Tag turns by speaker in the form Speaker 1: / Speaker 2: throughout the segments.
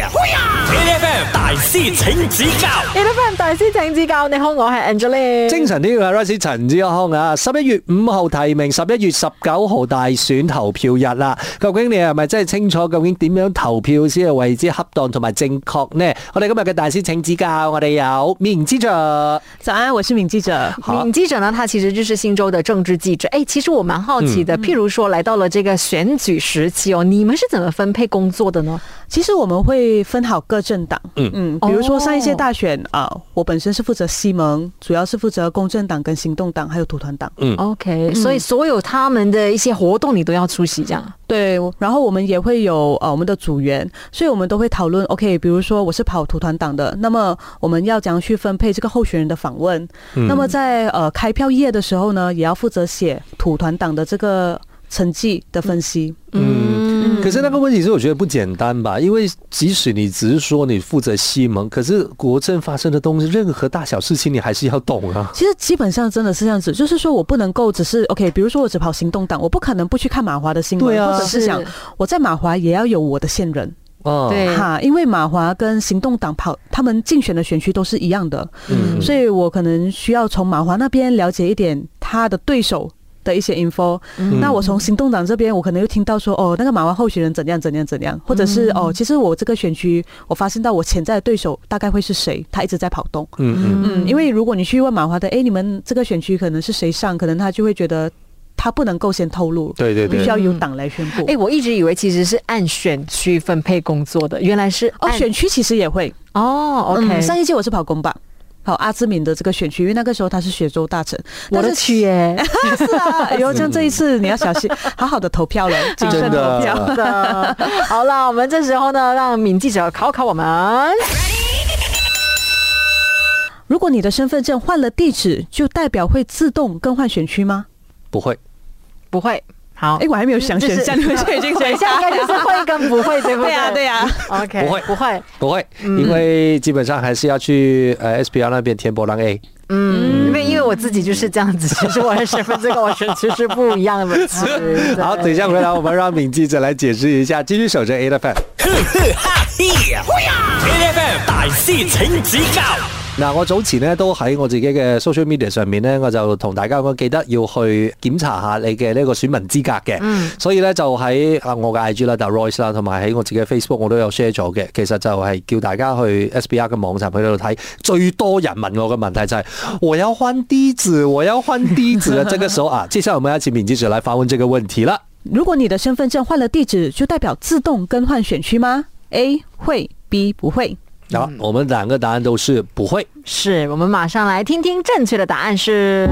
Speaker 1: F.M. 大師請指教
Speaker 2: 你都份大師請指教，你好，我係 Angeline。
Speaker 3: 精神啲嘅 r i s e 陳志康啊，十一月五號提名，十一月十九號大選投票日啦。究竟你係咪真係清楚究竟點樣投票先係為之恰當同埋正確呢？我哋今日嘅大師請指教，我哋有面之着。
Speaker 4: 早安，我是敏记者。
Speaker 3: 好
Speaker 2: 敏记者呢，他其实就是新州的政治记者。哎，其实我蛮好奇
Speaker 4: 嗯
Speaker 2: 的，譬如说来到了这个选举时期哦，你们是怎么分配工作的呢？
Speaker 4: 其实我们会分好各政党，嗯嗯，比如
Speaker 2: 哦
Speaker 4: 说上一届大选啊、我本身是负责西盟，主要是负责公正党、跟行动党还有土团党。
Speaker 3: 嗯
Speaker 2: OK，、所以所有他们的一些活动你都要出席，这样。
Speaker 4: 对，然后我们也会有呃我们的组员，所以我们都会讨论。OK，比如说我是跑土团党的，那么我们要怎样去分配这个候选人的访问？那么在呃开票夜的时候呢，也要负责写土团党的这个成绩的分析。
Speaker 2: 嗯，
Speaker 3: 可是那个问题是，我觉得不简单吧？因为即使你只是说你负责西盟，可是国政发生的东西，任何大小事情你还是要懂啊。
Speaker 4: 其实基本上真的是这样子，就是说我不能够只是 OK，比如说我只跑行动党，我不可能不去看马华的新闻，
Speaker 3: 对啊
Speaker 4: 或者是想我在马华也要有我的线人
Speaker 3: 啊，
Speaker 2: 对
Speaker 4: 哈，因为马华跟行动党跑他们竞选的选区都是一样的，
Speaker 3: 嗯
Speaker 4: 所以我可能需要从马华那边了解一点他的对手。的一些 info，、那我从行动党这边，我可能又听到说，哦，那个马华候选人怎样怎样怎样，或者是、哦，其实我这个选区，我发现到我潜在的对手大概会是谁，他一直在跑动，
Speaker 3: 嗯嗯
Speaker 4: 嗯，因为如果你去问马华的，诶，你们这个选区可能是谁上，可能他就会觉得他不能够先透露，
Speaker 3: 对对对
Speaker 4: 必须要由党来宣布。
Speaker 2: 哎、我一直以为其实是按选区分配工作的，原来是
Speaker 4: 哦，
Speaker 2: 按
Speaker 4: 选区其实也会。
Speaker 2: 哦，OK，、
Speaker 4: 嗯上一届我是跑工吧，跑阿兹敏的这个选区，因为那个时候他是雪州大臣。
Speaker 2: 我的
Speaker 4: 但是
Speaker 2: 区耶，
Speaker 4: 是 啊，哎呦，像这一次你要小心，好好的投票了，谨慎
Speaker 3: 真
Speaker 4: 投票。
Speaker 3: 的。
Speaker 2: 的。好了，我们这时候呢，让敏记者考考我们。
Speaker 4: 如果你的身份证换了地址，就代表会自动更换选区吗？
Speaker 3: 不会，
Speaker 2: 不会，好，
Speaker 4: 哎，我还没有想
Speaker 2: 哦就是
Speaker 4: 选项，你们就已经 选
Speaker 2: 选项
Speaker 4: 项
Speaker 2: 应该就是会跟不会，对不对？
Speaker 4: 对呀，对啊呀。
Speaker 2: OK，
Speaker 3: 不会
Speaker 2: 不会，
Speaker 3: 不会，因为基本上还是要去呃 SPR 那边填波浪 A。
Speaker 2: 嗯，因为因为我自己就是这样子，其实我的身份证跟我选区是不一 样的。其实
Speaker 3: 好，等一下回来，我们让敏记者来解释一下，继续守着 A 的 fan。
Speaker 1: ，A F M 大師請指教
Speaker 3: 嗱，我早前咧都喺我自己嘅 social media 上面咧，我就同大家講記得要去檢查下你嘅呢個選民資格嘅。所以咧就喺啊我嘅 IG 啦、但 Royce 啦，同埋喺我自己嘅 Facebook 我都有 share 咗嘅。其實就係叫大家去 SBR 嘅網站去度睇，最多人問我嘅問題就係、我要換地址，我要換地址啊！ 這個時候啊，接下來我們要請敏記者來發問這個問題啦。
Speaker 4: 如果你的身份证换了地址，就代表自动更换选区吗？A 会，B 不会。
Speaker 3: 好，我们两个答案都是不會。
Speaker 2: 是我们马上来听听正确的答案是。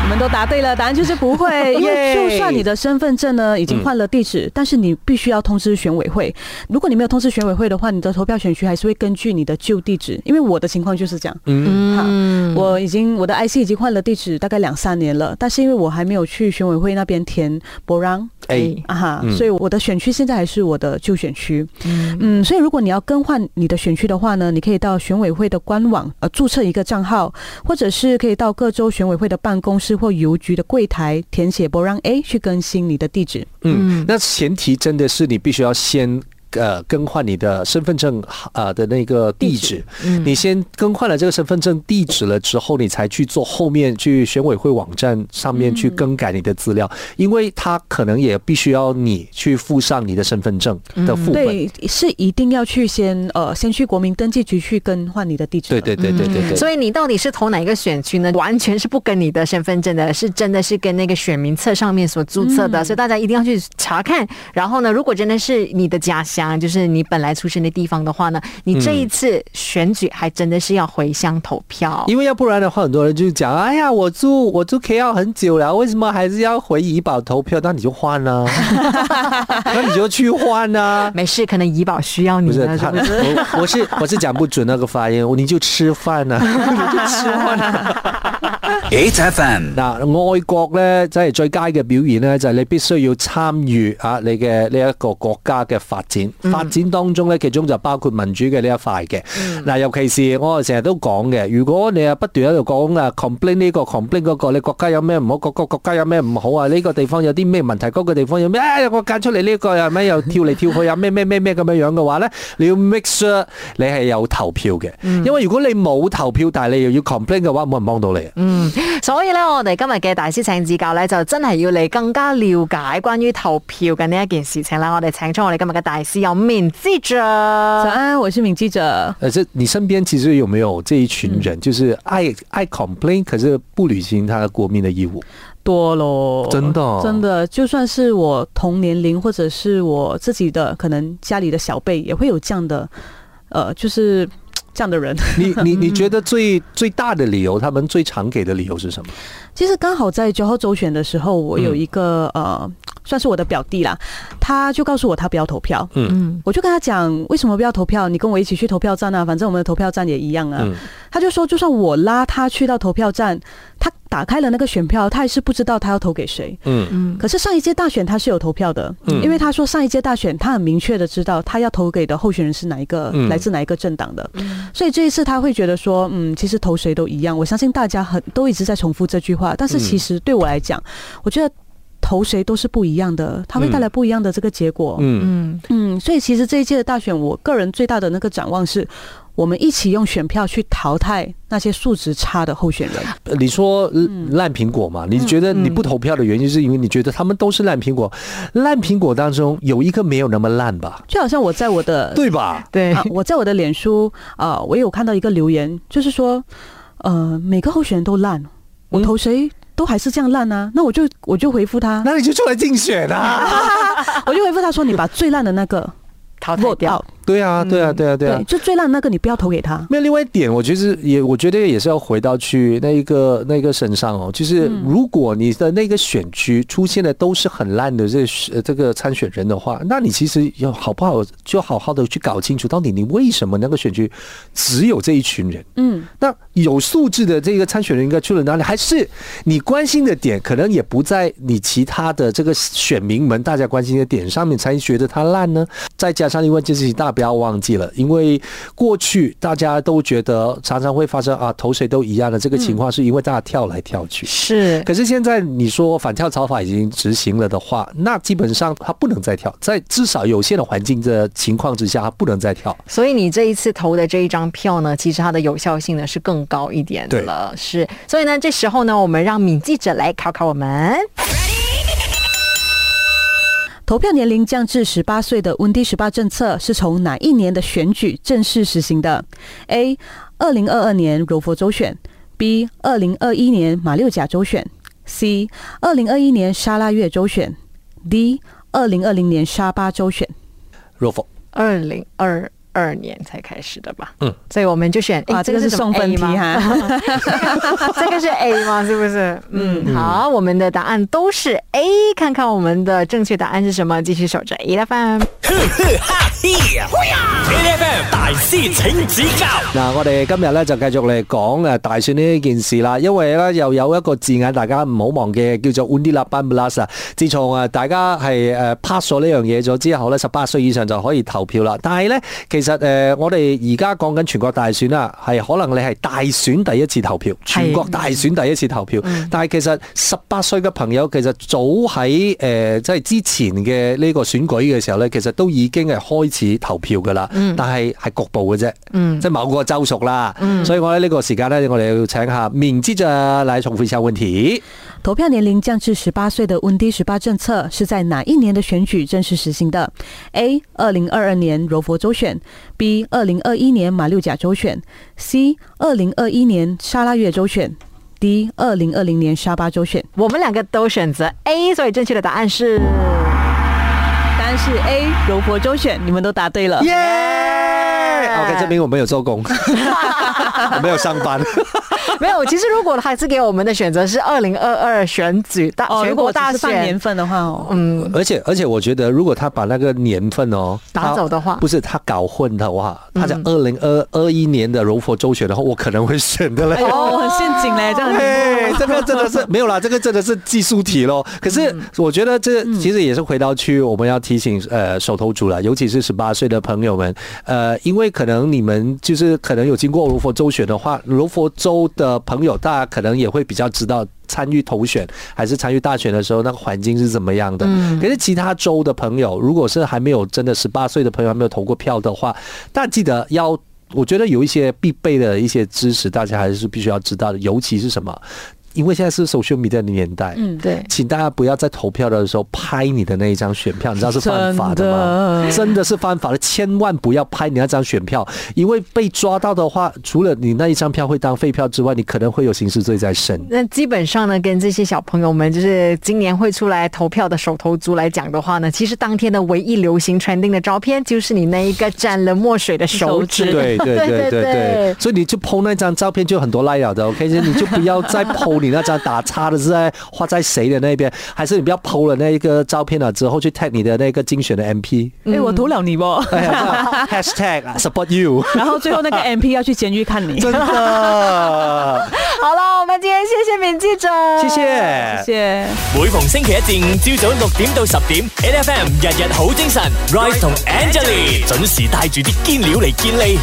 Speaker 4: 你们都答对了，答案就是不会。 因为就算你的身份证呢已经换了地址，但是你必须要通知选委会。如果你没有通知选委会的话，你的投票选区还是会根据你的旧地址。因为我的情况就是这样，嗯，好，我已经我的 IC 已经换了地址大概两三年了，但是因为我还没有去选委会那边填博让，
Speaker 3: A
Speaker 4: 啊哈，所以我的选区现在还是我的旧选区。嗯，所以如果你要更换你的选区的话呢，你可以到选委会的官网呃注册一个账号，或者是可以到各州选委会的办公室或邮局的柜台填写博让 A 去更新你的地址。
Speaker 3: 嗯，那前提真的是你必须要先。呃，更换你的身份证呃的那个地址，嗯你先更换了这个身份证地址了之后，你才去做后面去选委会网站上面去更改你的资料，因为他可能也必须要你去附上你的身份证的副本。
Speaker 4: 对，是一定要去先呃先去国民登记局去更换你的地址
Speaker 3: 对
Speaker 4: 的。
Speaker 3: 对对对对对，
Speaker 2: 所以你到底是投哪一个选区呢？完全是不跟你的身份证的，是真的是跟那个选民册上面所注册
Speaker 3: 嗯
Speaker 2: 的，所以大家一定要去查看。然后呢，如果真的是你的家乡，就是你本来出生的地方的话呢，你这一
Speaker 3: 嗯
Speaker 2: 次选举还真的是要回乡投票。
Speaker 3: 因为要不然的话，很多人就讲，哎呀，我住我住 KL 很久了，为什么还是要回怡保投票？那你就换 啊，那你就去换啊。
Speaker 2: 没事，可能怡保需要
Speaker 3: 不
Speaker 2: 你
Speaker 3: 是
Speaker 2: 呢，是
Speaker 3: 他，
Speaker 2: 不是？
Speaker 3: 我我 是我是讲不准那个发音，我你就吃饭呢、你就吃饭呢、
Speaker 1: 嗯
Speaker 5: 8FM,
Speaker 3: 嗱，愛國咧，即係最佳嘅表現咧，就係、你必須要參與啊你嘅呢一個國家嘅發展。發展當中咧，其中就包括民主嘅呢一塊嘅。嗱、尤其是我成日都講嘅，如果你啊不斷喺度講啊 complain 呢、個 complain 嗰、個，你國家有咩唔好，各個國家有咩唔好啊？呢、個地方有啲咩問題，嗰、個地方有咩？啊、我揀出嚟呢、個又咩又跳嚟跳去啊咩咩咩咩咁樣樣嘅話咧，你要 make sure 你係有投票嘅，因為如果你冇投票，但係你又要 complain 嘅話，冇人幫到你啊。
Speaker 2: 所以咧，我哋今日嘅大師請指教咧，就真係要嚟更加了解關於投票嘅呢一件事情啦。我哋請出我哋今日嘅大師有面知
Speaker 4: 早
Speaker 2: 者。
Speaker 4: 安，我是敏记者。
Speaker 3: 呃，这你身边其实有没有这一群人，就是爱爱 complain，可是不履行他的国民的义务？
Speaker 4: 多咯，
Speaker 3: 真的哦
Speaker 4: 真的，就算是我同年龄或者是我自己的可能家里的小辈，也会有这样的，呃，就是嘖这样的人。
Speaker 3: 你你你觉得最最大的理由，他们最常给的理由是什么？
Speaker 4: 其实刚好在九号周选的时候，我有
Speaker 3: 嗯
Speaker 4: 一个、呃，算是我的表弟啦，他就告诉我他不要投票，
Speaker 2: 嗯，
Speaker 4: 我就跟他讲为什么不要投票，你跟我一起去投票站啊，反正我们的投票站也一样啊。
Speaker 3: 嗯
Speaker 4: 他就说，就算我拉他去到投票站，他打开了那个选票，他还是不知道他要投给谁。
Speaker 3: 嗯
Speaker 4: 可是上一届大选他是有投票的，
Speaker 3: 嗯
Speaker 4: 因为他说上一届大选他很明确的知道他要投给的候选人是哪一个，
Speaker 3: 嗯
Speaker 4: 来自哪一个政党的，所以这一次他会觉得说，嗯，其实投谁都一样。我相信大家很都一直在重复这句话，但是
Speaker 3: 嗯
Speaker 4: 其实对我来讲，我觉得。投谁都是不一样的，他会带来不一样的这个结果。
Speaker 3: 嗯
Speaker 2: 嗯，
Speaker 4: 嗯，所以其实这一届的大选，我个人最大的那个展望是，我们一起用选票去淘汰那些素质差的候选人。
Speaker 3: 呃你说烂苹果嘛？你觉得你不投票的原因，是因为你觉得他们都是烂苹果？烂苹果当中有一个没有那么烂吧？
Speaker 4: 就好像我在我的
Speaker 3: 对吧？
Speaker 2: 对
Speaker 4: 啊，我在我的脸书啊、我有看到一个留言，就是说，呃，每个候选人都烂，我
Speaker 3: 嗯
Speaker 4: 投谁都还是这样烂啊。那我就我就回复 他，
Speaker 3: 那你就出来竞选啊！
Speaker 4: 我就回复他说，你把最烂的那 个
Speaker 2: 淘汰
Speaker 4: vote
Speaker 2: 掉
Speaker 4: out，
Speaker 3: 对啊，对啊，对啊，对啊
Speaker 4: 对，。就最烂的那个你不要投给他。
Speaker 3: 没有另外一点，我其实也我觉得也是要回到去那一个那一个身上哦，就是如果你的那个选区出现的都是很烂的这呃这个参选人的话，那你其实要好不好就好好的去搞清楚，到底你为什么那个选区只有这一群人？
Speaker 4: 嗯，
Speaker 3: 那有素质的这个参选人应该去了哪里？还是你关心的点可能也不在你其他的这个选民们大家关心的点上面，才觉得他烂呢？再加上另外一件事情，大家不要忘记了，因为过去大家都觉得常常会发生啊投谁都一样的这个情况，是因为大家跳来跳去。
Speaker 2: 是
Speaker 3: 可是现在你说反跳槽法已经执行了的话，那基本上他不能再跳，在至少有限的环境的情况之下，他不能再跳。
Speaker 2: 所以你这一次投的这一张票呢，其实它的有效性呢是更高一点的了。是，所以呢，这时候呢，我们让敏记者来考考我们。
Speaker 4: 投票年龄降至十八岁的温蒂十八政策是从哪一年的选举正式实行的？A. 二零二二年柔佛州选，B. 二零二一年马六甲州选，C. 二零二一年沙拉越州选，D. 二零二零年沙巴州选。
Speaker 3: 若否？
Speaker 2: 二零二二年才开始的吧？
Speaker 3: 嗯，
Speaker 2: 所以我们就选哎诶
Speaker 4: 啊，这个是
Speaker 2: 什么
Speaker 4: 送分
Speaker 2: A
Speaker 4: 题
Speaker 2: 吗
Speaker 4: 哈。
Speaker 2: 这个是 A 吗？是不是？嗯，好，我们的答案都是 A，看看我们的正确答案是什么。继续守着 A 的饭。
Speaker 1: 哈嘿，A F M 大师请指教
Speaker 3: 嗱，我哋今日咧就繼續嚟講誒大選呢件事啦，因為咧又有一個字眼大家唔好忘記，叫做 u n d i l a b a n b l a s 啊。自從啊大家係誒 pass 咗呢樣嘢咗之後咧，十八歲以上就可以投票啦。但係咧，其實誒、呃我哋而家講緊全國大選啦，係可能你係大選第一次投票，全國大選第一次投票，但係其實十八歲嘅朋友其實早喺誒、呃即係之前嘅呢個選舉嘅時候咧，其實都已經係開始投票噶啦，但係係局部嘅啫。
Speaker 2: 嗯
Speaker 3: 即係某個州屬啦。所以我咧呢個時間咧，我哋要請下敏記者嚟重複一下問題。
Speaker 4: 投票年龄降至十八岁的温迪十八政策是在哪一年的选举正式实行的？A. 二零二二年柔佛州选，B. 二零二一年马六甲州选，C. 二零二一年沙拉越州选，D. 二零二零年沙巴州选。
Speaker 2: 我们两个都选择 A，所以正确的答案是。
Speaker 4: 答案是 A. 柔佛州选，你们都答对了。
Speaker 3: 耶、OK，證明我沒有做工， 我沒有上班。
Speaker 2: 没有，其实如果还是给我们的选择是二零二二选举大、
Speaker 4: 哦，
Speaker 2: 全
Speaker 4: 如果
Speaker 2: 国
Speaker 4: 我
Speaker 2: 大
Speaker 4: 只是放年
Speaker 2: 选，
Speaker 4: 份的话哦，
Speaker 2: 嗯，
Speaker 3: 而且而且，我覺得如果他把那個年份哦
Speaker 2: 拿走的話嗯
Speaker 3: 他不是他搞混的話，他在 二零二二一年的柔佛州選的話，我可能會選的嘞。
Speaker 2: 嗯
Speaker 4: 哦哎呦，很陷阱嘞，这样很
Speaker 3: 对，这个真的是没有啦，这个真的是技术题咯。可是我觉得这其实也是回到去我们要提醒呃手头族了，尤其是十八岁的朋友们，呃，因为可能你们就是可能有经过柔佛州选的话，柔佛州的朋友大家可能也会比较知道。参与投选还是参与大选的时候，那个环境是怎么样的？可是其他州的朋友，如果是还没有真的十八岁的朋友还没有投过票的话，大家记得要。我觉得有一些必备的一些知识，大家还是必须要知道的，尤其是什么？因为现在是 social media 的年代，
Speaker 4: 嗯，
Speaker 2: 对，
Speaker 3: 请大家不要在投票的时候拍你的那一张选票，你知道是犯法的吗？
Speaker 4: 真
Speaker 3: 真的是犯法的，千万不要拍你那张选票，因为被抓到的话，除了你那一张票会当废票之外，你可能会有刑事罪在身。
Speaker 2: 那基本上呢，跟这些小朋友们，就是今年会出来投票的手头族来讲的话呢，其实当天的唯一流行 trending 的照片，就是你那一个沾了墨水的手指。
Speaker 4: 手 指
Speaker 3: 对对对对
Speaker 2: 对对
Speaker 3: 对
Speaker 2: 对，
Speaker 3: 所以你就剖那张照片就很多赖了的，OK，你就不要再剖你那张打叉的是在画在谁的那边，还是你不要剖了那一个照片了啊之后去 tag 你的那个竞选的 MP，
Speaker 4: 哎、我投了你不？
Speaker 2: 嗯
Speaker 3: 哎呀 这样，#hashtag support you，
Speaker 4: 然后最后那个 MP 要去监狱看你。
Speaker 3: 真的，
Speaker 2: 好了，我们今天谢谢敏记者，
Speaker 3: 谢谢，
Speaker 4: 谢谢。
Speaker 1: 每逢星期一至五朝早六點到十點，N F M 日日好精神，Rise 同 Angelie 準時帶住啲堅料嚟健利。